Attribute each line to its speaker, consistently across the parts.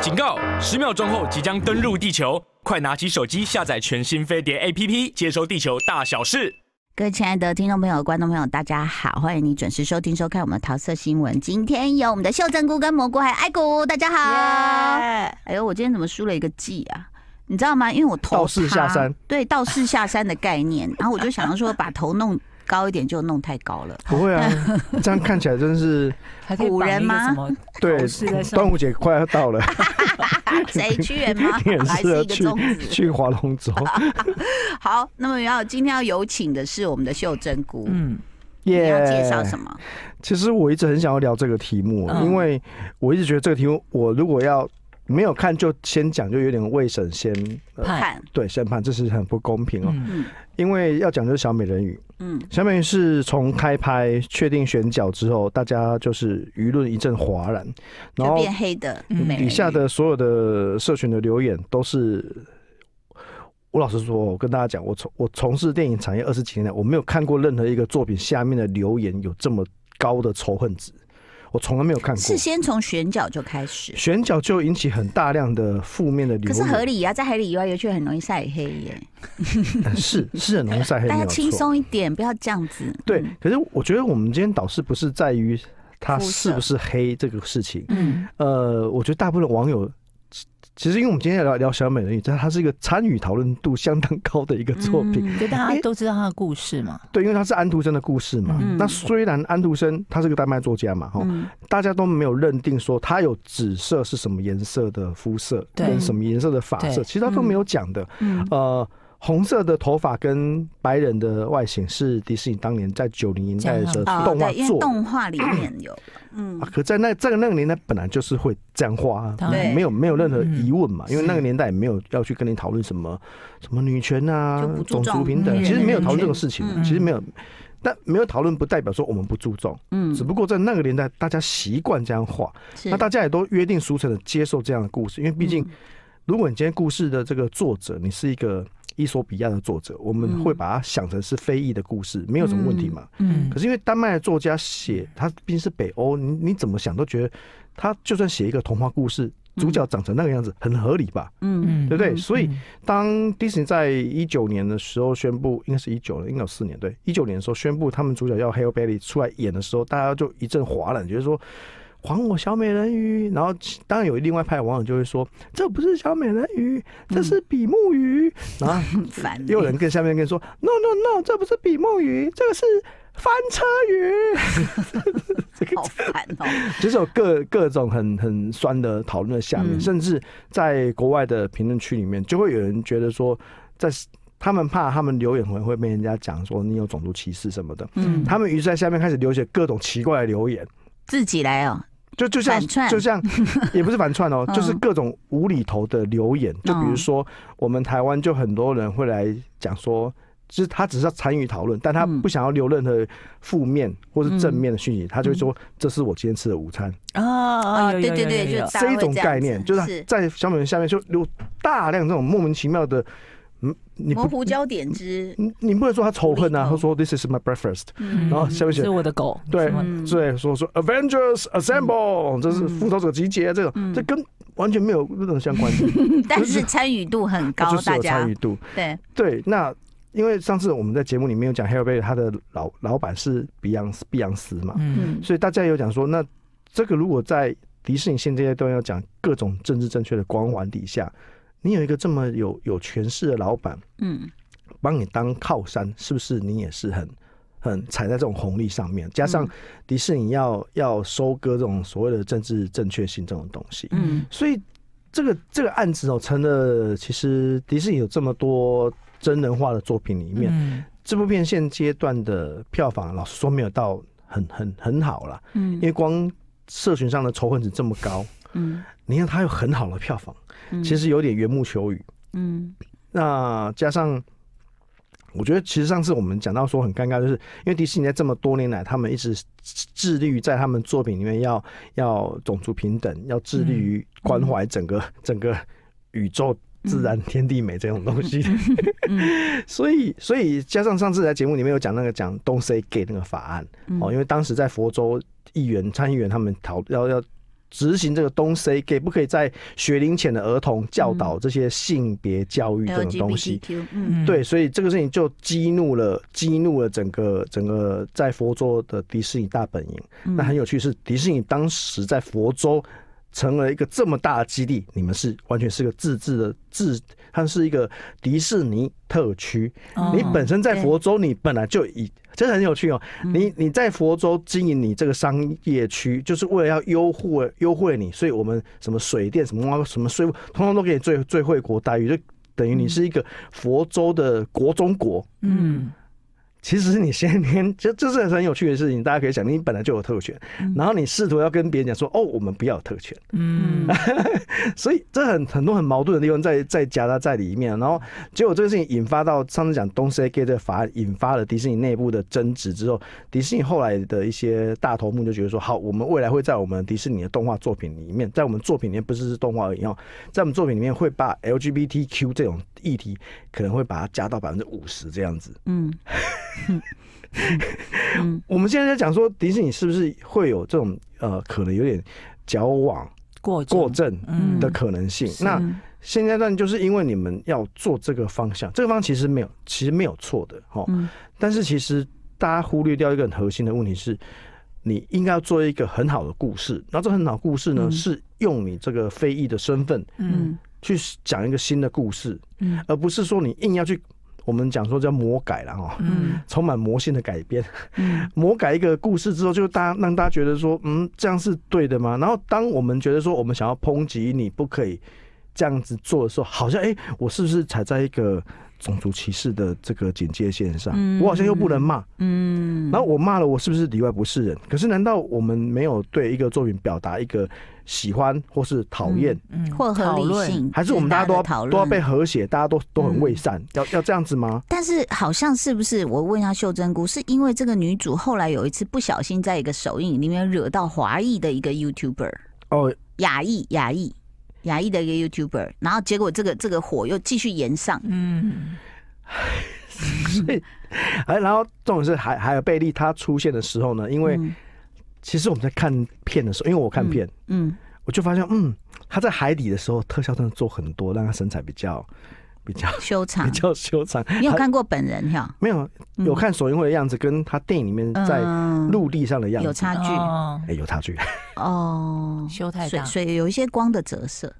Speaker 1: 警告！十秒钟后即将登陆地球，快拿起手机下载全新飞碟 APP，接收地球大小事。
Speaker 2: 各位亲爱的听众朋友、观众朋友，大家好，欢迎你准时收听、收看我们的桃色新闻。今天有我们的秀珍菇跟蘑菇还有爱菇，大家好。
Speaker 3: 耶
Speaker 2: 哎呦，我今天怎么输了一个季啊？你知道吗？因为我头
Speaker 4: 道士下
Speaker 2: 塌
Speaker 4: 山，
Speaker 2: 对道士下山的概念， 然后我就想说把头弄高一点，就弄太高 了。
Speaker 4: 不会啊，这样看起来 真是
Speaker 3: 还可以
Speaker 2: 古
Speaker 3: 绑一
Speaker 2: 人
Speaker 3: 个
Speaker 2: 吗
Speaker 3: 什么？
Speaker 4: 对
Speaker 3: 头饰在。上
Speaker 4: 端午节快要到了，
Speaker 2: 哎谁去吗？
Speaker 4: 你很
Speaker 2: 还
Speaker 4: 适
Speaker 2: 是
Speaker 4: 合
Speaker 2: 一个
Speaker 4: 去
Speaker 2: 粽子。
Speaker 4: 去划龙 舟，
Speaker 2: 好，那么要今天要有请的是我们的秀珍菇，
Speaker 3: 嗯，
Speaker 2: 你
Speaker 4: 耶
Speaker 2: 要介绍什么？
Speaker 4: 其实我一直很想要聊这个题目，
Speaker 3: 嗯
Speaker 4: 因为我一直觉得这个题目，我如果要没有看就先讲，就有点未审先、呃、
Speaker 3: 派，
Speaker 2: 看，
Speaker 4: 对先判，这是很不公平哦。
Speaker 3: 嗯
Speaker 2: 嗯
Speaker 4: 因为要讲就是小美人鱼，
Speaker 2: 嗯
Speaker 4: 小美人鱼是从开拍确定选角之后，大家就是舆论一阵哗然，然
Speaker 2: 就
Speaker 4: 后
Speaker 2: 变黑的
Speaker 3: 嗯
Speaker 2: 美人鱼
Speaker 4: 底下的所有的社群的留言都是。我老实说，我跟大家讲，我从我从事电影产业二十几年来，我没有看过任何一个作品下面的留言有这么高的仇恨值，我从来没有看过
Speaker 2: 是。先从选角就开始，
Speaker 4: 选角就引起很大量的负面的留
Speaker 2: 可
Speaker 4: 言，
Speaker 2: 是合理啊，在海里游来游去很容易晒黑耶，
Speaker 4: 嗯 是是很容易晒 黑，
Speaker 2: 大
Speaker 4: 没
Speaker 2: 家
Speaker 4: 有
Speaker 2: 轻
Speaker 4: 错。
Speaker 2: 松一点，不要这样子。
Speaker 4: 对
Speaker 2: 嗯，
Speaker 4: 可是我觉得我们今天导师不是在于他
Speaker 2: 肤色
Speaker 4: 是不是黑这个事情，
Speaker 3: 嗯，
Speaker 4: 呃，我觉得大部分网友，其其实因为我们今天要聊聊小美人鱼，但它是一个参与讨论度相当高的一个作品。
Speaker 2: 嗯
Speaker 3: 就大家都知道他的故事嘛。
Speaker 4: 对，因为它是安徒生的故事嘛。
Speaker 2: 嗯
Speaker 4: 那虽然安徒生他是个丹麦作家嘛，哈、
Speaker 2: 嗯
Speaker 4: 大家都没有认定说他有紫色是什么颜色的肤色，
Speaker 3: 对
Speaker 4: 跟什么颜色的发色，
Speaker 3: 对
Speaker 4: 其实他都没有讲的。
Speaker 2: 嗯
Speaker 4: 呃，红色的头发跟白人的外形是迪士尼当年在九零年代的时候
Speaker 3: 这
Speaker 2: 哦
Speaker 4: 呃动画
Speaker 2: 对，因为
Speaker 4: 做的。
Speaker 2: 动画里面 有，嗯
Speaker 4: 啊，可在那在那个年代本来就是会这样画、啊，
Speaker 3: 当
Speaker 2: 然
Speaker 4: 没有没有任何疑问嘛，
Speaker 3: 嗯
Speaker 4: 因为那个年代也没有要去跟你讨论什么什么女权啊
Speaker 2: 就不、注
Speaker 4: 种
Speaker 2: 重
Speaker 4: 族平等，
Speaker 3: 嗯
Speaker 4: 其实没有讨论这个事情
Speaker 2: 嗯，
Speaker 4: 其实没有。但没有讨论不代表说我们不注重，
Speaker 2: 嗯
Speaker 4: 只不过在那个年代大家习惯这样画，
Speaker 2: 是
Speaker 4: 那大家也都约定俗成的接受这样的故事，因为毕竟
Speaker 2: 嗯
Speaker 4: 如果你今天故事的这个作者你是一个伊索比亚的作者，我们
Speaker 2: 嗯
Speaker 4: 会把它想成是非裔的故事，没有什么问题嘛。
Speaker 3: 嗯
Speaker 4: 可是因为丹麦的作家写，他毕竟是北欧，你你怎么想都觉得，他就算写一个童话故事，主角长成那个样子，很合理吧？
Speaker 2: 嗯
Speaker 4: 对不对
Speaker 2: 嗯
Speaker 4: 所以当迪士尼在一九年的时候宣布，应该是一九了，应该有四年，对，一九年的时候宣布他们主角要 Halle Berry 出来演的时候，大家就一阵哗然，觉得说。还我小美人鱼，然后当然有另外一派网友就会说，这不是小美人鱼，
Speaker 2: 嗯
Speaker 4: 这是比目鱼。然后
Speaker 2: 很 烦欸，
Speaker 4: 又有人跟下面跟说，no no no，这不是比目鱼，这个是翻车鱼。
Speaker 2: 好烦哦，
Speaker 4: 就是有各各种很很酸的讨论在下面，
Speaker 2: 嗯
Speaker 4: 甚至在国外的评论区里面，就会有人觉得说，在他们怕他们留言会会被人家讲说你有种族歧视什么的，
Speaker 2: 嗯，
Speaker 4: 他们于是在下面开始留写各种奇怪的留言，
Speaker 2: 自己来哦，
Speaker 4: 就就像
Speaker 2: 反串
Speaker 4: 就 像也不是反串哦，
Speaker 2: 嗯
Speaker 4: 就是各种无厘头的留言，就比如说我们台湾就很多人会来讲说。就是他只是要参与讨论，但他
Speaker 2: 嗯
Speaker 4: 不想要留任何负面或是正面的讯息，他就会
Speaker 2: 嗯
Speaker 4: 说：“这是我今天吃的午餐。”
Speaker 3: 啊，
Speaker 2: 哦，
Speaker 3: 有
Speaker 2: 对对对，就。
Speaker 3: 有有有有
Speaker 2: 大家
Speaker 4: 这
Speaker 2: 会
Speaker 4: 一种
Speaker 2: 样
Speaker 4: 概念，
Speaker 2: 子
Speaker 4: 就是
Speaker 2: 是
Speaker 4: 在小美人下面就有大量这种莫名其妙的，嗯，你
Speaker 2: 模
Speaker 4: 不，
Speaker 2: 糊焦点之，
Speaker 4: 你你不能说他仇恨
Speaker 2: 无
Speaker 4: 啊，
Speaker 2: 厘头
Speaker 4: 他说 This is my breakfast，
Speaker 2: 嗯
Speaker 4: 然后下面写
Speaker 3: 是我的狗，
Speaker 4: 对
Speaker 3: 什么
Speaker 2: 嗯
Speaker 4: 对，说说 Avengers Assemble，这是复仇者集结，这种
Speaker 2: 嗯
Speaker 4: 这跟完全没有任何相 关性，
Speaker 2: 但
Speaker 4: 就是
Speaker 2: 是参与度很
Speaker 4: 它
Speaker 2: 高
Speaker 4: 就，是
Speaker 2: 大
Speaker 4: 有
Speaker 2: 家
Speaker 4: 参与度。
Speaker 2: 对，对
Speaker 4: 对，那因为上次我们在节目里面有讲 h a r r y 他的老老板是碧昂斯碧昂斯嘛，
Speaker 3: 嗯，
Speaker 2: 嗯
Speaker 4: 所以大家有讲说，那这个如果在迪士尼现阶段要讲各种政治正确的光环底下，你有一个这么有有权势的老板
Speaker 2: 嗯
Speaker 4: 帮你当靠山，是不是你也是很很踩在这种红利上面？加上
Speaker 2: 嗯
Speaker 4: 迪士尼要要收割这种所谓的政治正确性这种东西，
Speaker 2: 嗯
Speaker 4: 所以这个这个案子哦，成了其实迪士尼有这么多真人化的作品里面，
Speaker 3: 嗯
Speaker 4: 这部片现阶段的票房，老实说没有到很很很好啦。
Speaker 2: 嗯
Speaker 4: 因为光社群上的仇恨值这么高，
Speaker 2: 嗯
Speaker 4: 你看它有很好的票房，
Speaker 2: 嗯
Speaker 4: 其实有点缘木求鱼。
Speaker 2: 嗯
Speaker 4: 那加上，我觉得其实上次我们讲到说很尴尬，就是因为迪士尼在这么多年来，他们一直致力于在他们作品里面要要种族平等，要致力于关怀整个、
Speaker 2: 嗯
Speaker 4: 整个宇宙。自然天地美这种东西，
Speaker 2: 嗯
Speaker 4: 所以所以加上上次在节目里面有讲那个讲 Don't Say Gay 那个法案，
Speaker 2: 嗯
Speaker 4: 哦，因为当时在佛州议员、参议员他们讨要要执行这个东西，给不可以在学龄前的儿童教
Speaker 2: 嗯
Speaker 4: 导这些性别教育这种东西。
Speaker 2: LGBTQ，嗯，
Speaker 4: 对，所以这个事情就激怒了，激怒了整个整个在佛州的迪士尼大本营。
Speaker 2: 嗯
Speaker 4: 那很有趣是，迪士尼当时在佛州成了一个这么大的基地，你们是完全是个自治的自，它是一个迪士尼特区。
Speaker 3: 哦嗯
Speaker 4: 你本身在佛州，你本来就以这很有趣哦。你你在佛州经营你这个商业区，就是为了要优惠优惠你，所以我们什么水电什么什么税务，通通都给你最最惠国待遇，就等于你是一个佛州的国中国。
Speaker 3: 嗯
Speaker 4: 其实你先天这这是很有趣的事情，大家可以想，你本来就有特权，然后你试图要跟别人讲说，哦，我们不要有特权，
Speaker 3: 嗯
Speaker 4: 所以这很很多很矛盾的地方在在夹杂在里面，然后结果这个事情引发到上次讲东 C Gay 这个法案引发了迪士尼内部的争执之后，迪士尼后来的一些大头目就觉得说，好，我们未来会在我们迪士尼的动画作品里面，在我们作品里面不是是动画而已哦，在我们作品里面会把 LGBTQ 这种议题可能会把它加到百分之五十这样子。
Speaker 2: 嗯，
Speaker 4: 我们现在在讲说迪士尼是不是会有这种呃，可能有点矫枉
Speaker 3: 过重
Speaker 4: 过正
Speaker 3: 嗯
Speaker 4: 的可能性？那
Speaker 2: 嗯
Speaker 4: 现阶段就是因为你们要做这个方向，这个方向其实没有，其实没有错的哦。
Speaker 2: 嗯
Speaker 4: 但是其实大家忽略掉一个很核心的问题是，你应该要做一个很好的故事，然后这个很好的故事呢，
Speaker 2: 嗯
Speaker 4: 是用你这个非裔的身份
Speaker 3: 嗯
Speaker 4: 去讲一个新的故事，
Speaker 2: 嗯
Speaker 4: 而不是说你硬要去我们讲说叫魔改了哈，
Speaker 3: 嗯
Speaker 4: 充满魔性的改编。
Speaker 2: 嗯
Speaker 4: 魔改一个故事之后，就大家让大家觉得说，嗯，这样是对的吗？然后当我们觉得说我们想要抨击你不可以这样子做的时候，好像哎、诶我是不是踩在一个种族歧视的这个警戒线上？
Speaker 2: 嗯
Speaker 4: 我好像又不能骂，
Speaker 2: 嗯，
Speaker 4: 然后我骂了，我是不是里外不是人？可是难道我们没有对一个作品表达一个喜欢或是讨厌？
Speaker 3: 嗯
Speaker 2: 或合理，性，
Speaker 4: 还是我们大家都
Speaker 2: 的
Speaker 4: 要
Speaker 2: 讨论嗯
Speaker 4: 都要被和谐，大家都都很为善，要要这样子吗？
Speaker 2: 但是好像是不是？我问一下秀珍姑，是因为这个女主后来有一次不小心在一个首映里面惹到华裔的一个 YouTuber，
Speaker 4: 哦，
Speaker 2: 亚裔亚裔亚裔的一个 YouTuber，然后结果这个这个火又继续延上，
Speaker 3: 嗯
Speaker 4: 哎，然后重点是还还有贝利他出现的时候呢，因为
Speaker 2: 嗯
Speaker 4: 其实我们在看片的时候，因为我看片，
Speaker 2: 嗯
Speaker 4: 我就发现，嗯，他在海底的时候特效真的做很多，让他身材比较比较
Speaker 2: 修
Speaker 4: 比
Speaker 2: 长。
Speaker 4: 较修长。
Speaker 2: 你有
Speaker 4: 还
Speaker 2: 看过本人哈？
Speaker 4: 没有？有看首映会的样子，跟他电影里面在
Speaker 2: 嗯
Speaker 4: 陆地上的样子
Speaker 2: 有差距
Speaker 3: 哦，
Speaker 4: 哎、有差距，
Speaker 2: 哦，
Speaker 3: 修太
Speaker 2: 所以
Speaker 3: 大，
Speaker 2: 所以有一些光的折 射，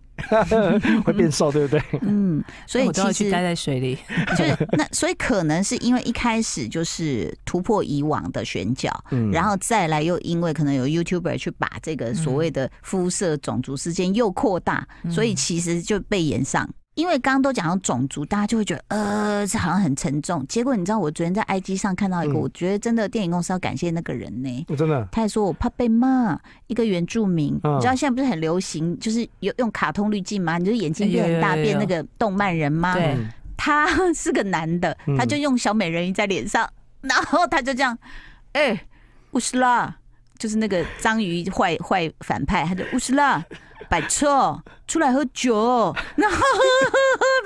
Speaker 4: 会变瘦，对不 对？
Speaker 2: 嗯，所以
Speaker 3: 哎我都要
Speaker 2: 其
Speaker 3: 去
Speaker 2: 实
Speaker 3: 待在水里，
Speaker 2: 就是那，所以可能是因为一开始就是突破以往的选角，
Speaker 4: 嗯
Speaker 2: 然后再来又因为可能有 YouTuber 去把这个所谓
Speaker 3: 嗯
Speaker 2: 的肤色、种族之间又扩大，所以其实就被延上。因为刚刚都讲到种族，大家就会觉得呃，这好像很沉重。结果你知道，我昨天在 IG 上看到一个，
Speaker 4: 嗯
Speaker 2: 我觉得真的电影公司要感谢那个人呢、
Speaker 4: 真的，
Speaker 2: 他还说我怕被骂，一个原住民，
Speaker 4: 嗯
Speaker 2: 你知道现在不是很流行，就是有用卡通滤镜吗？你就是眼睛变很大，
Speaker 3: 哎有有有
Speaker 2: 变
Speaker 3: 有
Speaker 2: 那个动漫人吗？
Speaker 3: 对
Speaker 4: 嗯
Speaker 2: 他是个男的
Speaker 4: 嗯，
Speaker 2: 他就用小美人鱼在脸上，然后他就这样，哎、乌斯拉，就是那个章鱼坏坏反派，他就乌斯拉，摆臭，出来喝酒， 然后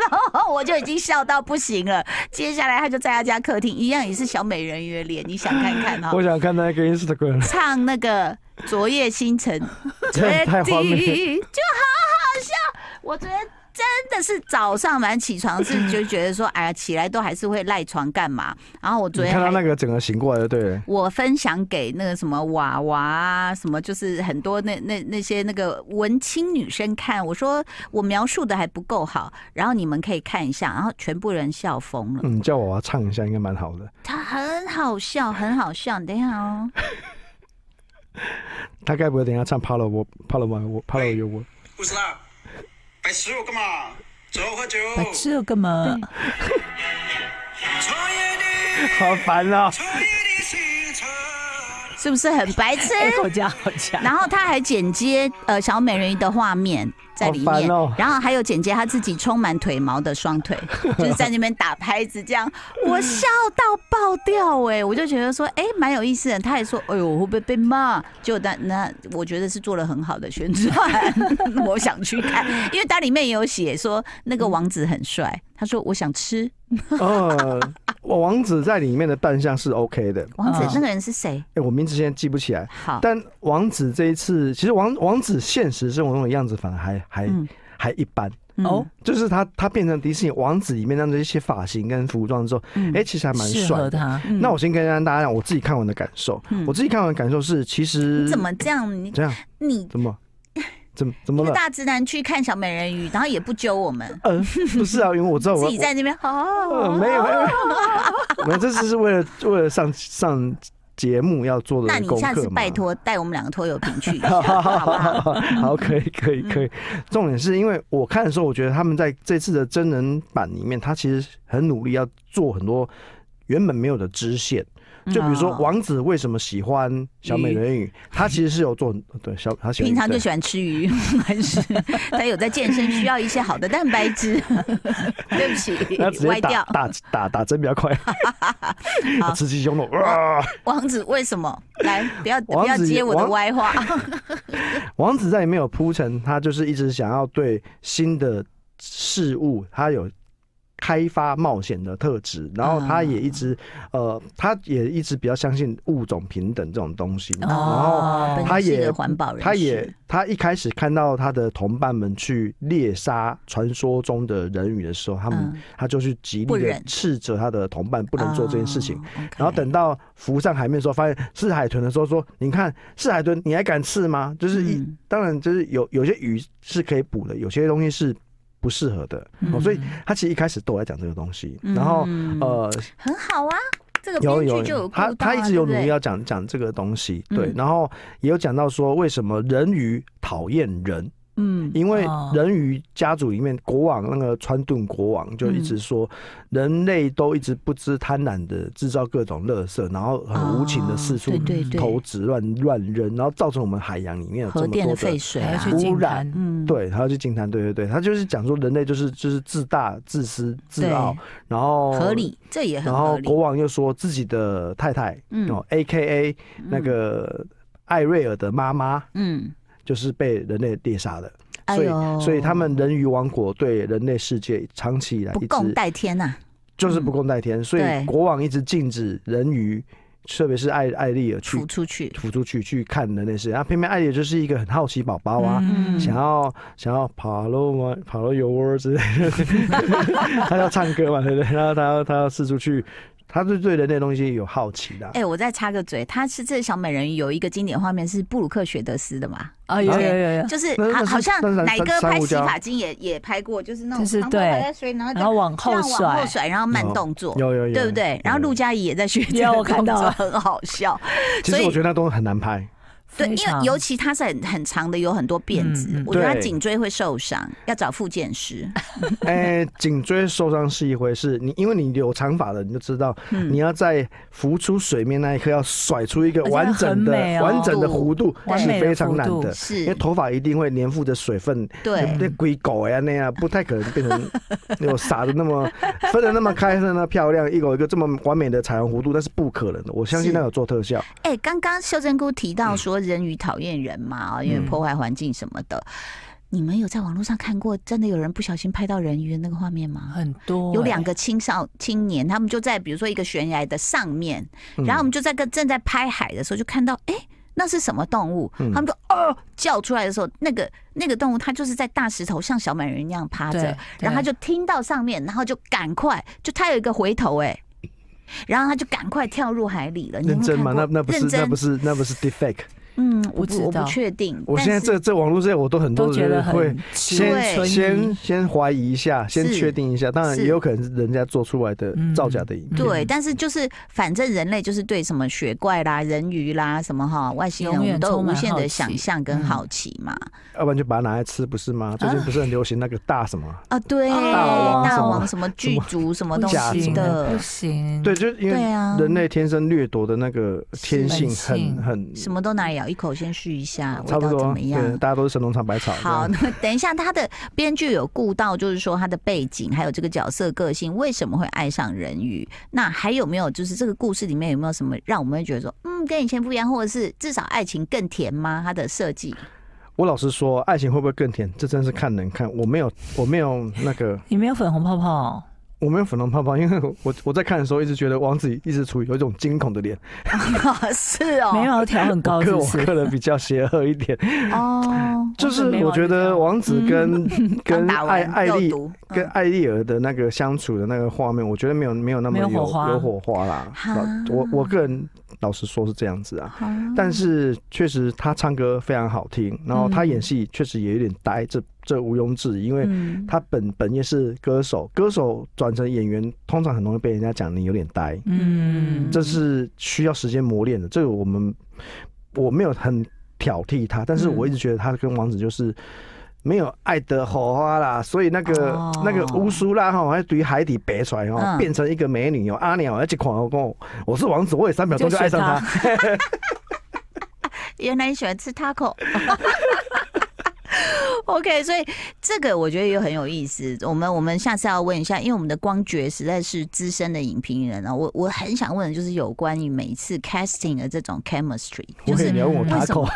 Speaker 2: 然后我就已经笑到不行了。接下来他就在他家客厅，一样也是小美人鱼的脸，你想看看哈、
Speaker 4: 我想看那 个 Instagram，
Speaker 2: 唱那个《昨夜星辰》
Speaker 4: 真的太荒谬了。
Speaker 2: Teddy，就好好笑。我觉得真的是早上晚上起床是就觉得说，哎呀，起来都还是会赖床干嘛？然后我昨
Speaker 4: 你
Speaker 2: 天
Speaker 4: 看到
Speaker 2: 还
Speaker 4: 那个整个醒过来就对了。
Speaker 2: 我分享给那个什么娃娃啊，什么就是很多那那那些那个文青女生看，我说我描述的还不够好，然后你们可以看一下，然后全部人笑疯了，
Speaker 4: 嗯，叫我要唱一下，应该蛮好的。
Speaker 2: 他很好笑，很好笑，等一下哦。
Speaker 4: 他该不会等一下唱 Palo 我 Palo 我 Palo 有我？
Speaker 5: 五十啦，摆十五干嘛？走喝酒。
Speaker 3: 把这个嘛，
Speaker 5: 创业的
Speaker 4: 好烦 啊！
Speaker 5: 创业的青春。
Speaker 2: 是不是很白 痴？
Speaker 3: 我家好 强，
Speaker 2: 然后他还剪接呃小美人鱼的画面在里面，
Speaker 4: 好烦哦
Speaker 2: 然后还有剪接他自己充满腿毛的双 腿，就是在那边打拍子这样，我笑到爆掉哎、我就觉得说哎蛮、有意思的。他也说哎呦我会不会被骂？就但那我觉得是做了很好的宣传， 我想去看，因为它里面也有写说那个王子很帅，他说我想吃，
Speaker 4: 哦，我王子在里面的扮相是 OK 的，
Speaker 2: 王子
Speaker 3: 嗯
Speaker 2: 那个人是谁？
Speaker 4: 哎、我名字现在记不起来。
Speaker 2: 好，
Speaker 4: 但王子这一次，其实王王子现实生活中的样子反而还还、
Speaker 2: 嗯
Speaker 4: 还一般，
Speaker 2: 嗯
Speaker 3: 哦，
Speaker 4: 就是他他变成迪士尼王子里面那一些发型跟服装之后，哎、
Speaker 2: 嗯
Speaker 4: 其实还蛮
Speaker 3: 哦适合
Speaker 4: 帅的。
Speaker 3: 他。
Speaker 2: 嗯
Speaker 4: 那我先跟大家讲我自己看完的感受，
Speaker 2: 嗯
Speaker 4: 我自己看完的感受是，其实
Speaker 2: 你怎么这样？你
Speaker 4: 这样
Speaker 2: 你
Speaker 4: 怎么怎么怎
Speaker 2: 一
Speaker 4: 么
Speaker 2: 个
Speaker 4: 了？
Speaker 2: 大直男去看小美人鱼，然后也不揪我们，
Speaker 4: 呃，不是啊，因为我知道我
Speaker 2: 自己在那边
Speaker 4: 呃
Speaker 2: 哦。
Speaker 4: 没有没有，没有没有，这次是为了为了上上节目要做的
Speaker 2: 那你
Speaker 4: 功
Speaker 2: 下次
Speaker 4: 课嘛
Speaker 2: 拜托带我们两个拖油瓶去一下，
Speaker 4: 好
Speaker 2: 好
Speaker 4: 好
Speaker 2: 不
Speaker 4: 好
Speaker 2: 好？
Speaker 4: 好， 好，可以可以可以。重点是因为我看的时候，我觉得他们在这次的真人版里面，他其实很努力要做很多原本没有的支线。就比如说
Speaker 2: 哦
Speaker 4: 王子为什么喜欢小美人鱼，他其实是有做对小他喜
Speaker 2: 嗯
Speaker 4: 欢
Speaker 2: 平常就
Speaker 4: 对
Speaker 2: 喜欢吃鱼， 还是他有在健身，需要一些好的蛋白质。对
Speaker 4: 那
Speaker 2: 不
Speaker 4: 直
Speaker 2: 起，歪
Speaker 4: 接打
Speaker 2: 掉。
Speaker 4: 打打打针比较 快，
Speaker 2: 好
Speaker 4: 吃鸡胸肉啊！
Speaker 2: 王子为什么来？不要
Speaker 4: 王
Speaker 2: 不要
Speaker 4: 子
Speaker 2: 接
Speaker 4: 也
Speaker 2: 我的
Speaker 4: 王
Speaker 2: 歪 话。
Speaker 4: 王子在里面有铺陈，他就是一直想要对新的事物，他有开发冒险的特质，然后他也一直、
Speaker 2: 啊
Speaker 4: 呃，他也一直比较相信物种平等这种东西。然后
Speaker 2: 哦，本身
Speaker 4: 他
Speaker 2: 是一
Speaker 4: 也
Speaker 2: 个环保人士，
Speaker 4: 他也他一开始看到他的同伴们去猎杀传说中的人鱼的时候，他们、
Speaker 2: 嗯
Speaker 4: 他就去极
Speaker 2: 不
Speaker 4: 力的
Speaker 2: 忍
Speaker 4: 斥责他的同伴不能做这件事情。
Speaker 2: 哦，OK
Speaker 4: 然后等到浮上海面的时候，发现是海豚的时候，说：“你看是海豚，你还敢吃吗？”就是一、
Speaker 2: 嗯
Speaker 4: 当然就是有有些鱼是可以捕的，有些东西是不适合的、哦。所以他其实一开始都有在讲这个东西，然后
Speaker 2: 嗯
Speaker 4: 呃，
Speaker 2: 很好啊，这个
Speaker 4: 有
Speaker 2: 编
Speaker 4: 有
Speaker 2: 剧就有
Speaker 4: 他
Speaker 2: 顾到啊
Speaker 4: 他一直有努力，
Speaker 2: 对
Speaker 4: 要讲讲这个东西，对
Speaker 2: 嗯，
Speaker 4: 然后也有讲到说为什么人鱼讨厌人，
Speaker 2: 不对
Speaker 4: 因为
Speaker 3: 哦
Speaker 4: 人鱼家族里面国王那个川顿国王就一直说，
Speaker 2: 嗯
Speaker 4: 人类都一直不知贪婪的制造各种垃圾，然后很无情的四处
Speaker 2: 哦对对对
Speaker 4: 投掷乱乱扔，然后造成我们海洋里
Speaker 2: 嗯，
Speaker 4: 面有这
Speaker 2: 核
Speaker 4: 么
Speaker 2: 电
Speaker 4: 多
Speaker 2: 的
Speaker 4: 的
Speaker 2: 废水
Speaker 3: 还要
Speaker 2: 啊
Speaker 3: 去，
Speaker 4: 污
Speaker 3: 进
Speaker 4: 染
Speaker 3: 摊，
Speaker 2: 嗯，
Speaker 4: 对，他要去惊叹，对对对，他就是讲说人类就是就是自大、自私、自
Speaker 2: 对
Speaker 4: 傲，然后
Speaker 2: 合理，这也很
Speaker 4: 哦然
Speaker 2: 合
Speaker 4: 后
Speaker 2: 理
Speaker 4: 国。王又说自己的太太，
Speaker 2: 嗯
Speaker 4: 哦，A K A 那个艾瑞尔的妈妈，
Speaker 2: 嗯，
Speaker 4: 就是被人类猎杀的，
Speaker 2: 哎
Speaker 4: 所以、
Speaker 2: 呦
Speaker 4: 所以他们人鱼王国对人类世界长期以来
Speaker 2: 不
Speaker 4: 一
Speaker 2: 共
Speaker 4: 直
Speaker 2: 戴天啊呐，
Speaker 4: 就是不共戴天，所
Speaker 2: 对
Speaker 4: 以国王一直禁止人鱼，特别是艾艾丽尔去
Speaker 2: 吐出去，
Speaker 4: 浮出去去看人类世界，然后偏偏艾丽尔就是一个很好奇宝宝啊。
Speaker 3: 嗯
Speaker 4: 想要想要爬楼嘛，爬楼油窝之类的，他要唱歌嘛，对不对？然后他要他要四处去，他是对人类的东西有好奇的啊、
Speaker 2: 哎、我再插个嘴，他是这小美人鱼有一个经典画面是布鲁克学德斯的嘛，
Speaker 3: 啊，有
Speaker 2: 啊
Speaker 3: 有有有，
Speaker 2: 就是
Speaker 4: 那
Speaker 2: 好
Speaker 4: 那是
Speaker 2: 好像
Speaker 4: 那是
Speaker 2: 奶哥
Speaker 4: 珊
Speaker 2: 拍
Speaker 4: 瑚
Speaker 2: 洗
Speaker 4: 礁
Speaker 2: 发精也也拍过，就是那种
Speaker 3: 就是
Speaker 2: 长头
Speaker 3: 对
Speaker 2: 发在水，然后就
Speaker 3: 然后往
Speaker 2: 这
Speaker 3: 后
Speaker 2: 样往
Speaker 3: 甩
Speaker 2: 后，甩，然后慢
Speaker 4: 有
Speaker 2: 动作，
Speaker 4: 有有有，
Speaker 2: 对不对？然后
Speaker 4: 有
Speaker 2: 陆佳怡也在学这
Speaker 3: 有
Speaker 2: 个
Speaker 3: 我看
Speaker 2: 动
Speaker 3: 到
Speaker 2: 作，
Speaker 3: 了
Speaker 2: 很好笑。
Speaker 4: 其
Speaker 2: 所
Speaker 4: 实
Speaker 2: 以
Speaker 4: 我觉得那东西很 难拍，
Speaker 2: 对，因
Speaker 3: 非
Speaker 2: 为
Speaker 3: 常
Speaker 2: 尤其它是很很长的，有很多辫子，
Speaker 3: 嗯嗯
Speaker 2: 我觉得他
Speaker 4: 对
Speaker 2: 颈椎会受伤，要找复健师。
Speaker 4: 哎、颈椎受伤是一回事，你因为你有长发的，你就知道、你要在浮出水面那一刻要甩出一
Speaker 3: 嗯
Speaker 4: 个
Speaker 3: 而且
Speaker 4: 完整的
Speaker 3: 很、美哦
Speaker 4: 完整的弧度
Speaker 3: 完
Speaker 4: 是
Speaker 3: 美的
Speaker 4: 非常
Speaker 3: 弧
Speaker 4: 难
Speaker 3: 度
Speaker 4: 的，呃因为
Speaker 2: 是，
Speaker 4: 头发一定会粘附着水分，
Speaker 2: 对，
Speaker 4: 那龟狗呀那样，不太可能变成有撒的那么分的那么开，分的那么漂亮，一口一个这么完美的彩虹弧度，那是不可能的。我相信
Speaker 2: 是
Speaker 4: 那有做特效，
Speaker 2: 哎、刚刚秀珍姑提到说人鱼讨厌人嘛，啊，因为破坏环境什么的。你们有在网络上看过真的有人不小心拍到人鱼的那个画面吗？
Speaker 3: 很多
Speaker 2: 有
Speaker 3: 欸
Speaker 2: 两个青少青年，他们就在比如说一个悬崖的上面，
Speaker 4: 嗯
Speaker 2: 然后我们就在跟正在拍海的时候，就看到哎、那是什么动物？他们说哦，叫出来的时候，那个那个动物它就是在大石头，像小美人一样趴着
Speaker 3: 对，
Speaker 2: 然后他就
Speaker 3: 对
Speaker 2: 听到上面，然后就赶快，就他有一个回头哎、然后他就赶快跳入海里了。你有
Speaker 4: 认
Speaker 2: 没有
Speaker 4: 真吗？
Speaker 2: 看
Speaker 4: 那
Speaker 2: 过
Speaker 4: 那不是
Speaker 2: 认
Speaker 4: 那
Speaker 2: 真
Speaker 4: 不是那不是 defect。
Speaker 2: 嗯，
Speaker 3: 不
Speaker 2: 我不
Speaker 3: 知
Speaker 2: 我不
Speaker 3: 道
Speaker 2: 确定。
Speaker 4: 我现
Speaker 2: 但
Speaker 4: 在
Speaker 2: 是
Speaker 4: 这这网络这些我都很多
Speaker 3: 都觉得
Speaker 4: 人会
Speaker 3: 很
Speaker 4: 先
Speaker 2: 对
Speaker 4: 先先怀疑一下，先
Speaker 2: 是
Speaker 4: 确定一下，当然
Speaker 2: 是
Speaker 4: 也有可能是人家做出来的
Speaker 3: 嗯
Speaker 4: 造假的影片。
Speaker 2: 对，但是就是反正人类就是对什么雪怪啦、人鱼啦、什么哈外星人，
Speaker 3: 永
Speaker 2: 我
Speaker 3: 远
Speaker 2: 们都有
Speaker 3: 充
Speaker 2: 无
Speaker 3: 满
Speaker 2: 限
Speaker 3: 好
Speaker 2: 的
Speaker 3: 奇
Speaker 2: 想象跟
Speaker 3: 嗯
Speaker 2: 好奇嘛。
Speaker 4: 要不然就把它拿来吃，不是吗？最近不是很流行那个大什么？
Speaker 2: 啊，对，
Speaker 3: 王
Speaker 2: 大
Speaker 4: 什么
Speaker 2: 王什么
Speaker 4: 什
Speaker 2: 剧
Speaker 4: 么
Speaker 2: 组什么
Speaker 3: 不
Speaker 2: 东
Speaker 4: 假啊
Speaker 2: 西
Speaker 3: 行不
Speaker 2: 的，
Speaker 3: 行，
Speaker 4: 对，就是因为
Speaker 2: 对啊
Speaker 4: 人类天生掠夺的那个天性
Speaker 3: 是本性
Speaker 4: 很很
Speaker 2: 什么都拿来咬一口先试一下，味
Speaker 4: 差不
Speaker 2: 道
Speaker 4: 多
Speaker 2: 怎
Speaker 4: 啊，
Speaker 2: 么样？
Speaker 4: 对，大家都是神农尝百草。
Speaker 2: 好，
Speaker 4: 这样
Speaker 2: 那等一下，他的编剧有顾到，就是说他的背景，还有这个角色个性，为什么会爱上人鱼？那还有没有就是这个故事里面有没有什么让我们会觉得说，嗯，跟以前不一样，或者是至少爱情更甜吗？他的设计，
Speaker 4: 我老实说， 爱情会不会更甜？这真是看人看。我没有，我没有那个，
Speaker 3: 你没有粉红泡泡，
Speaker 4: 我没有粉红泡泡，因为我我在看的时候一直觉得王子一直处于有一种惊恐的脸，
Speaker 2: 是哦，
Speaker 3: 眉毛调很高，是
Speaker 4: 刻
Speaker 3: 不
Speaker 4: 我
Speaker 3: 是？
Speaker 4: 刻的比较邪恶一 点，
Speaker 2: 哦，
Speaker 4: 就是我觉
Speaker 2: 啊
Speaker 4: 得王子 跟
Speaker 2: 刚
Speaker 4: 跟
Speaker 2: 打
Speaker 4: 艾
Speaker 2: 完
Speaker 4: 艾
Speaker 2: 肉
Speaker 4: 丽
Speaker 2: 毒，
Speaker 4: 跟艾丽儿的那个相处的那个画面，我觉得没有没有那么
Speaker 3: 没有
Speaker 4: 有
Speaker 3: 火花
Speaker 4: 有火花啦。
Speaker 2: 哈
Speaker 4: 老我我个人老实说是这样子啊，
Speaker 2: 嗯
Speaker 4: 但是确实他唱歌非常好听，然后他演戏确实也有点呆，这这毋庸置疑，因为
Speaker 2: 嗯
Speaker 4: 他本本业是歌手，歌手转成演员通常很容易被人家讲你有点呆，
Speaker 3: 嗯，
Speaker 4: 这是需要时间磨练的。这个我们我没有很挑剔他，
Speaker 2: 嗯
Speaker 4: 但是我一直觉得他跟王子就是。没有爱的火花啦，所以那个、
Speaker 3: 哦
Speaker 4: 那个乌苏拉哈，还对于海底白出来哈，
Speaker 2: 嗯
Speaker 4: 变成一个美女哦，阿鸟而且狂我跟我我是王子，我也三秒钟就爱上他，
Speaker 2: 原来你喜欢吃 taco。OK，所以这个我觉得也很有意思。我们我们下次要问一下，因为我们的光觉实在是资深的影评人了、啊我我很想问的就是有关于每一次 casting 的这种 chemistry，就
Speaker 4: 我
Speaker 2: 是
Speaker 4: 也你要问我
Speaker 2: 为
Speaker 4: 他
Speaker 2: 什
Speaker 4: 口
Speaker 2: 么，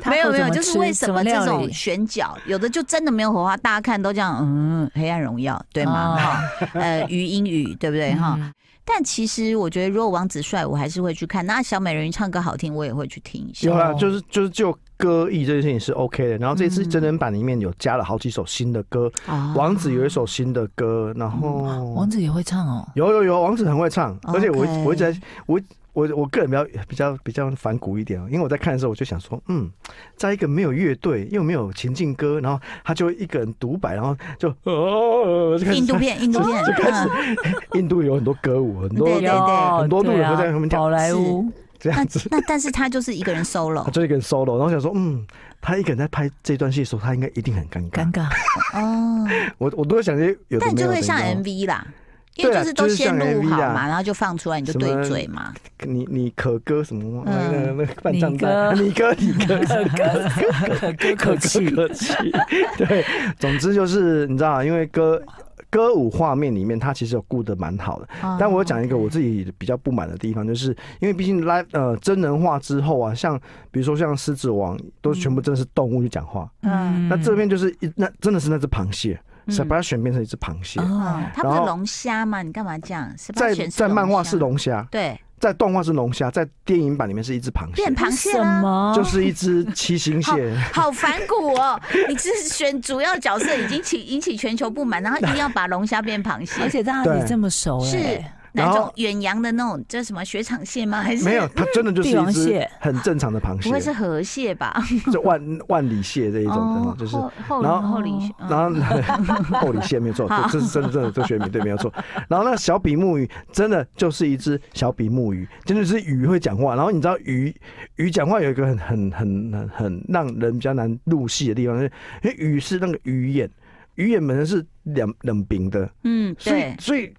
Speaker 3: 他
Speaker 2: 没有没有，
Speaker 3: 怎
Speaker 2: 就
Speaker 3: 吃
Speaker 2: 是为什么这
Speaker 3: 料
Speaker 2: 种
Speaker 3: 理
Speaker 2: 选角，有的就真的没有火花，大家看都这样，嗯，黑暗荣耀对吗？哈、 呃，余英语对不对哈？
Speaker 3: 啊嗯
Speaker 2: 但其实我觉得，如果王子帅，我还是会去看。那小美人鱼唱歌好听，我也会去听一下
Speaker 4: 有。啦，
Speaker 3: 哦
Speaker 4: 就是就是就歌艺这件事情是 OK 的。然后这次
Speaker 2: 嗯
Speaker 4: 真人版里面有加了好几首新的歌，
Speaker 2: 啊
Speaker 4: 王子有一首新的歌，然后
Speaker 3: 王子也会唱哦，
Speaker 4: 有有有，王子很会唱，而且我
Speaker 2: OK
Speaker 4: 我一直在我。我我个人比较比较比较反骨一点哦，因为我在看的时候我就想说，嗯，在一个没有乐队又没有情境歌，然后他就一个人独白，然后就哦，就开始
Speaker 2: 印度片，印度片，嗯
Speaker 4: 印度有很多歌舞，很多
Speaker 2: 对对对
Speaker 4: 很多路
Speaker 3: 对
Speaker 4: 人
Speaker 3: 啊
Speaker 4: 会在他们讲
Speaker 3: 宝莱坞
Speaker 4: 这
Speaker 2: 那
Speaker 4: 样子。
Speaker 2: 那但是他就是一个人 solo
Speaker 4: 他就一个人 solo，然后想说，嗯，他一个人在拍这段戏的时候，他应该一定很尴尬
Speaker 3: 尴。尬，
Speaker 2: 哦，
Speaker 4: 我我都会想这些有的
Speaker 2: 但
Speaker 4: 没
Speaker 2: 就
Speaker 4: 有的，
Speaker 2: 会
Speaker 4: 你知道
Speaker 2: 像
Speaker 4: 吗
Speaker 2: MV 啦，因为
Speaker 4: 对
Speaker 2: 就
Speaker 4: 啊
Speaker 2: 是都
Speaker 4: 就是
Speaker 2: 先
Speaker 4: 像
Speaker 2: 录
Speaker 4: MV
Speaker 2: 好
Speaker 4: 啦
Speaker 2: 嘛，然后就放出来，你就
Speaker 4: 什
Speaker 2: 对
Speaker 4: 么
Speaker 2: 嘴嘛。
Speaker 4: 你你可歌什么
Speaker 2: 嗯
Speaker 4: 那个那个半藏
Speaker 3: 你
Speaker 4: 在
Speaker 3: 歌
Speaker 4: 你歌你 歌
Speaker 3: 可歌
Speaker 4: 可
Speaker 3: 可
Speaker 4: 歌
Speaker 3: 泣，
Speaker 4: 可泣， 对，总之就是你知道，因为歌歌舞画面里面，它其实有顾得蛮好的。
Speaker 2: 哦
Speaker 4: 但我讲一个我自己比较不满的地方，就是因为毕竟 live 呃真人化之后啊，像比如说像狮子王，都全部真的是动物去讲话，
Speaker 2: 嗯
Speaker 4: 那这边就是一那真的是那只螃蟹，是
Speaker 2: 嗯
Speaker 4: 把它选变成一只螃蟹。
Speaker 3: 哦
Speaker 2: 嗯，他不是
Speaker 4: 然后
Speaker 2: 龙虾吗？你干嘛这样？是
Speaker 4: 在在漫画是，龙虾，
Speaker 2: 对，
Speaker 4: 在动画是龙虾，在电影版里面是一只螃蟹
Speaker 2: 变，螃蟹
Speaker 3: 什
Speaker 2: 啦。
Speaker 3: 么？
Speaker 4: 就是一只七星蟹。
Speaker 2: 哦好反骨哦！你是选主要角色已经起引起全球不满，然后一定要把龙虾变螃
Speaker 3: 而
Speaker 2: 蟹，
Speaker 3: 且大家
Speaker 4: 对
Speaker 3: 也这么熟哎、
Speaker 2: 是
Speaker 4: 然
Speaker 2: 哪
Speaker 4: 后
Speaker 2: 种远洋的那种，这什么雪场蟹吗？还是
Speaker 4: 没有，它真的就是
Speaker 3: 帝
Speaker 4: 一
Speaker 3: 王
Speaker 4: 只
Speaker 3: 蟹
Speaker 4: 很正常的螃
Speaker 2: 不会是哦
Speaker 4: 蟹，
Speaker 2: 河蟹吧？
Speaker 4: 就万万里蟹这一种的，就是
Speaker 2: 后后
Speaker 4: 然后
Speaker 2: 后里学，嗯
Speaker 4: 然后厚里蟹没有错，
Speaker 2: 哦
Speaker 4: 对这是真的真的这学名对没有错。然后那个小比目鱼真的就是一只小比目鱼，真的是鱼会讲话。然后你知道鱼鱼讲话有一个很很很很很让人比较难入戏的地方，就是因为鱼是那个鱼眼，鱼眼本身是冷冷冰的，
Speaker 2: 嗯，
Speaker 4: 所以
Speaker 2: 对，
Speaker 4: 所以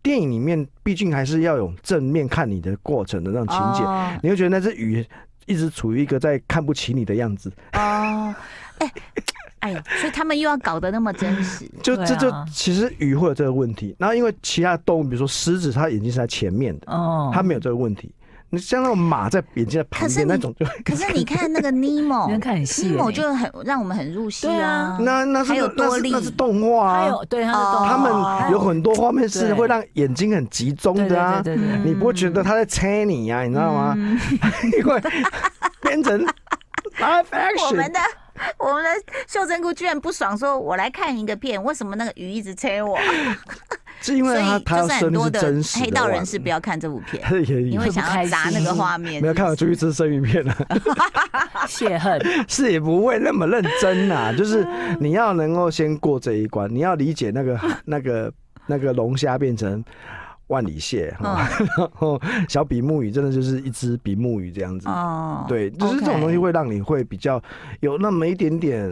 Speaker 4: 电影里面毕竟还是要有正面看你的过程的那种情节，
Speaker 2: 哦
Speaker 4: 你会觉得那只鱼一直处于一个在看不起你的样子。
Speaker 2: 哦，哎哎呦，所以他们又要搞得那么真 实，
Speaker 4: 就
Speaker 3: 对
Speaker 4: 这就
Speaker 3: 啊
Speaker 4: 其实鱼会有这个问题，然后因为其他动物，比如说狮子，它眼睛是在前面的，
Speaker 3: 哦，
Speaker 4: 它没有这个问题。你像那种马在眼睛在旁
Speaker 2: 可是
Speaker 4: 边那
Speaker 2: 你
Speaker 4: 种就，
Speaker 2: 可是你看那个尼
Speaker 3: 你
Speaker 2: 莫
Speaker 3: 们，看很细、
Speaker 2: 尼莫
Speaker 3: 欸，
Speaker 2: 就很让我们很入戏
Speaker 3: 对
Speaker 2: 啊
Speaker 3: 啊，
Speaker 4: 那那是
Speaker 2: 还有
Speaker 4: 那
Speaker 2: 多
Speaker 4: 是
Speaker 2: 利
Speaker 4: 那是动画
Speaker 3: 还
Speaker 4: 啊，
Speaker 3: 有对他的动
Speaker 2: 哦
Speaker 3: 画，
Speaker 4: 他
Speaker 2: 还
Speaker 4: 们有很多画面是
Speaker 3: 对
Speaker 4: 会让眼睛很集中
Speaker 3: 对
Speaker 4: 的啊，
Speaker 3: 对对对对
Speaker 4: 你不会觉
Speaker 2: 嗯
Speaker 4: 得他在切你呀、你知道吗？ 因为变成 live
Speaker 2: 我们
Speaker 4: action，
Speaker 2: 的。我们的袖珍菇居然不爽，说我来看一个片，为什么那个鱼一直催我？
Speaker 4: 是因
Speaker 2: 所
Speaker 4: 为他
Speaker 2: 以
Speaker 4: 他
Speaker 2: 就是
Speaker 4: 要生
Speaker 2: 很
Speaker 4: 命
Speaker 2: 多
Speaker 4: 是真
Speaker 2: 的
Speaker 4: 实的
Speaker 2: 黑道
Speaker 4: 哇
Speaker 2: 人士不要看这部片，
Speaker 4: 他也
Speaker 2: 你会想要砸那个画面。
Speaker 4: 没有看我出去吃生鱼片 了。
Speaker 3: 泄恨，
Speaker 4: 是也不会那么认真啦、就是
Speaker 2: 嗯
Speaker 4: 你要能够先过这一关，你要理解 那个那个那个龙虾变成万里蟹，哈，
Speaker 2: 嗯
Speaker 4: 然后小比目鱼真的就是一只比目鱼这样子。
Speaker 2: 哦，
Speaker 4: 对，就是这种
Speaker 2: OK
Speaker 4: 东西会让你会比较有那么一点点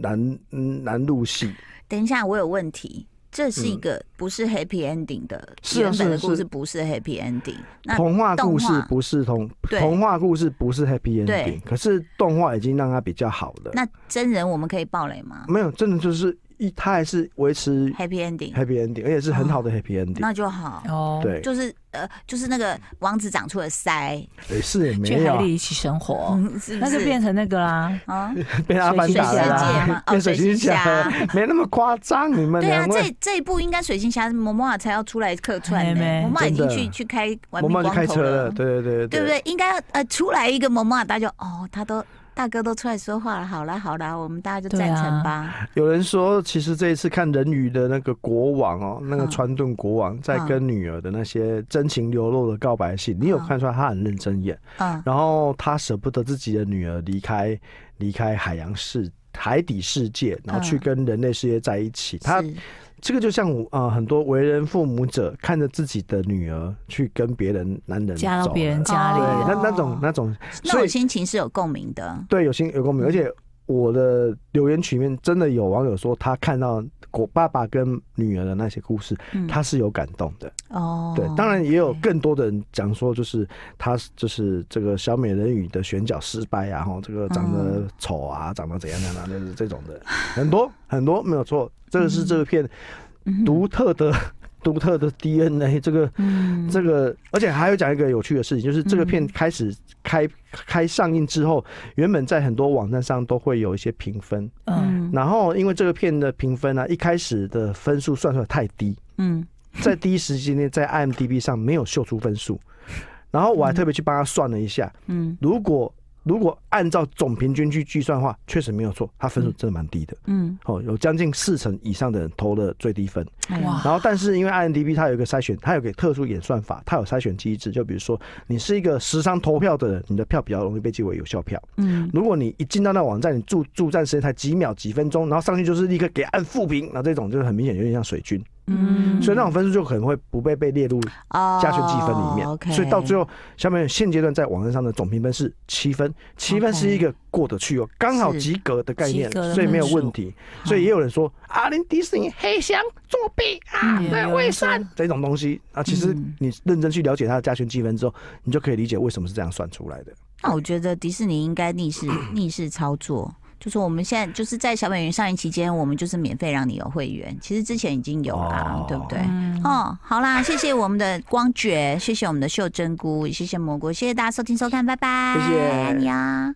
Speaker 4: 难嗯难入戏。
Speaker 2: 等一下，我有问题。这是一个不是 happy ending 的，
Speaker 4: 嗯是啊
Speaker 2: 原本
Speaker 4: 是啊
Speaker 2: 的故
Speaker 4: 是
Speaker 2: 事不是 happy ending。那
Speaker 4: 童话
Speaker 2: 动
Speaker 4: 故事
Speaker 2: 画
Speaker 4: 不是童
Speaker 2: 对
Speaker 4: 童话故事不是 happy
Speaker 2: 对
Speaker 4: ending，可是动画已经让它比较好了。
Speaker 2: 那真人我们可以爆雷吗
Speaker 4: 没有，真的就是一，它还是维持
Speaker 2: ？happy ending，
Speaker 4: happy ending，而且是很好的 happy ending。
Speaker 2: 那就好。
Speaker 3: 哦，，
Speaker 4: 对，
Speaker 2: 就是呃，就是那个王子长出了腮，
Speaker 4: 也是也没
Speaker 3: 去
Speaker 4: 有
Speaker 3: 海
Speaker 4: 啊，
Speaker 3: 里一起生活，
Speaker 2: 嗯是不？
Speaker 3: 那就是变成那个啦，
Speaker 2: 啊，
Speaker 4: 被阿凡达了
Speaker 3: 水星
Speaker 4: 啦
Speaker 2: 世界吗，哦
Speaker 4: 变水
Speaker 2: 水星
Speaker 4: 星侠
Speaker 2: 侠
Speaker 4: 了，没那么夸张。你们
Speaker 2: 对啊
Speaker 4: 两，位
Speaker 2: 这这一部应该水星霞嬷嬷才要出来客串呢、
Speaker 3: 哎
Speaker 2: 嬷嬷已经
Speaker 4: 真的
Speaker 2: 去去开玩
Speaker 4: 萌
Speaker 2: 命
Speaker 4: 萌就
Speaker 2: 光
Speaker 4: 开
Speaker 2: 头
Speaker 4: 车了，对对对
Speaker 2: 对不对？应该要呃出来一个嬷嬷，大家就哦，他都大哥都出来说话了，好啦好啦，我们大家就
Speaker 3: 对
Speaker 2: 赞
Speaker 3: 啊
Speaker 2: 成吧。
Speaker 4: 有人说，其实这一次看人鱼的那个国王哦，那个
Speaker 2: 嗯
Speaker 4: 川顿国王在跟女儿的那些真情流露的告白信，你有
Speaker 2: 嗯
Speaker 4: 看出来他很认真演，
Speaker 2: 嗯
Speaker 4: 啊然后他舍不得自己的女儿离开离开海洋世海底世界，然后去
Speaker 2: 嗯
Speaker 4: 跟人类世界在一起。他
Speaker 2: 是
Speaker 4: 这个就像我呃很多为人父母者看着自己的女儿去跟别人男人
Speaker 3: 嫁到
Speaker 4: 走
Speaker 3: 别人
Speaker 4: 了
Speaker 3: 家里
Speaker 4: 对
Speaker 2: 哦
Speaker 3: 了，
Speaker 4: 那那种那种，
Speaker 2: 那
Speaker 4: 所
Speaker 2: 种
Speaker 4: 以
Speaker 2: 心情是有共鸣的。
Speaker 4: 对，有心有
Speaker 2: 嗯
Speaker 4: 共鸣，而且我的留言区里面真的有网友说，他看到我爸爸跟女儿的那些故事，
Speaker 2: 嗯，
Speaker 4: 他是有感动的。
Speaker 2: 哦，
Speaker 4: 对，当然也有更多的人讲说，就是他就是这个小美人鱼的选角失败啊，吼，这个长得丑
Speaker 2: 嗯
Speaker 4: 啊，长得怎样怎样，就是这种的，很多很多没有错，这个
Speaker 2: 嗯
Speaker 4: 是这个片独特的。独特的 DNA，这个
Speaker 2: 嗯
Speaker 4: 这个，而且还有讲一个有趣的事情，就是这个片开始开开上映之后，原本在很多网站上都会有一些评分，
Speaker 3: 嗯，
Speaker 4: 然后因为这个片的评分啊呢、一开始的分数算出来太低，
Speaker 2: 嗯
Speaker 4: 在第一时间内在 IMDB 上没有秀出分数，然后我还特别去帮他算了一下，
Speaker 2: 嗯
Speaker 4: 如果如果按照总平均去计算的话，确实没有错，他分数真的蛮低的。
Speaker 2: 嗯，
Speaker 4: 哦，有将近四成以上的人投了最低分，
Speaker 2: 哎呀
Speaker 3: 哇
Speaker 4: 然后但是因为 IMDB 它有一个筛选，它有个特殊演算法，它有筛选机制，就比如说你是一个时常投票的人，你的票比较容易被记为有效票。
Speaker 2: 嗯
Speaker 4: 如果你一进到那网站，你驻驻站时间才几秒几分钟，然后上去就是立刻给按负评，那这种就是很明显有点像水军，
Speaker 2: 嗯，
Speaker 4: 所以那种分数就可能会不被被列入加权积分里面。
Speaker 2: 哦，OK
Speaker 4: 所以到最后，下面现阶段在网站上的总评分是七分，七
Speaker 2: OK
Speaker 4: 分是一个过得去哦，刚好
Speaker 2: 是
Speaker 4: 及格的概念
Speaker 3: 及格，的
Speaker 4: 所以没有
Speaker 3: 分数
Speaker 4: 问题。所以也有人说啊，连迪士尼黑箱作弊啊，
Speaker 3: 嗯
Speaker 4: 那
Speaker 3: 有
Speaker 4: 为
Speaker 3: 人说
Speaker 4: 啥这种东西啊？其实
Speaker 2: 嗯
Speaker 4: 你认真去了解它的加权积分之后，你就可以理解为什么是这样算出来的。
Speaker 2: 那我觉得迪士尼应该逆 势逆势操作，就是我们现在就是在小美人上映期间，我们就是免费让你有会员，其实之前已经有啦，
Speaker 4: 哦
Speaker 2: 对不对？
Speaker 3: 嗯
Speaker 2: 哦，好啦，谢谢我们的光觉，谢谢我们的秀珍菇，谢谢蘑菇，谢谢大家收听收看，拜拜，
Speaker 4: 谢谢
Speaker 2: 爱你啊。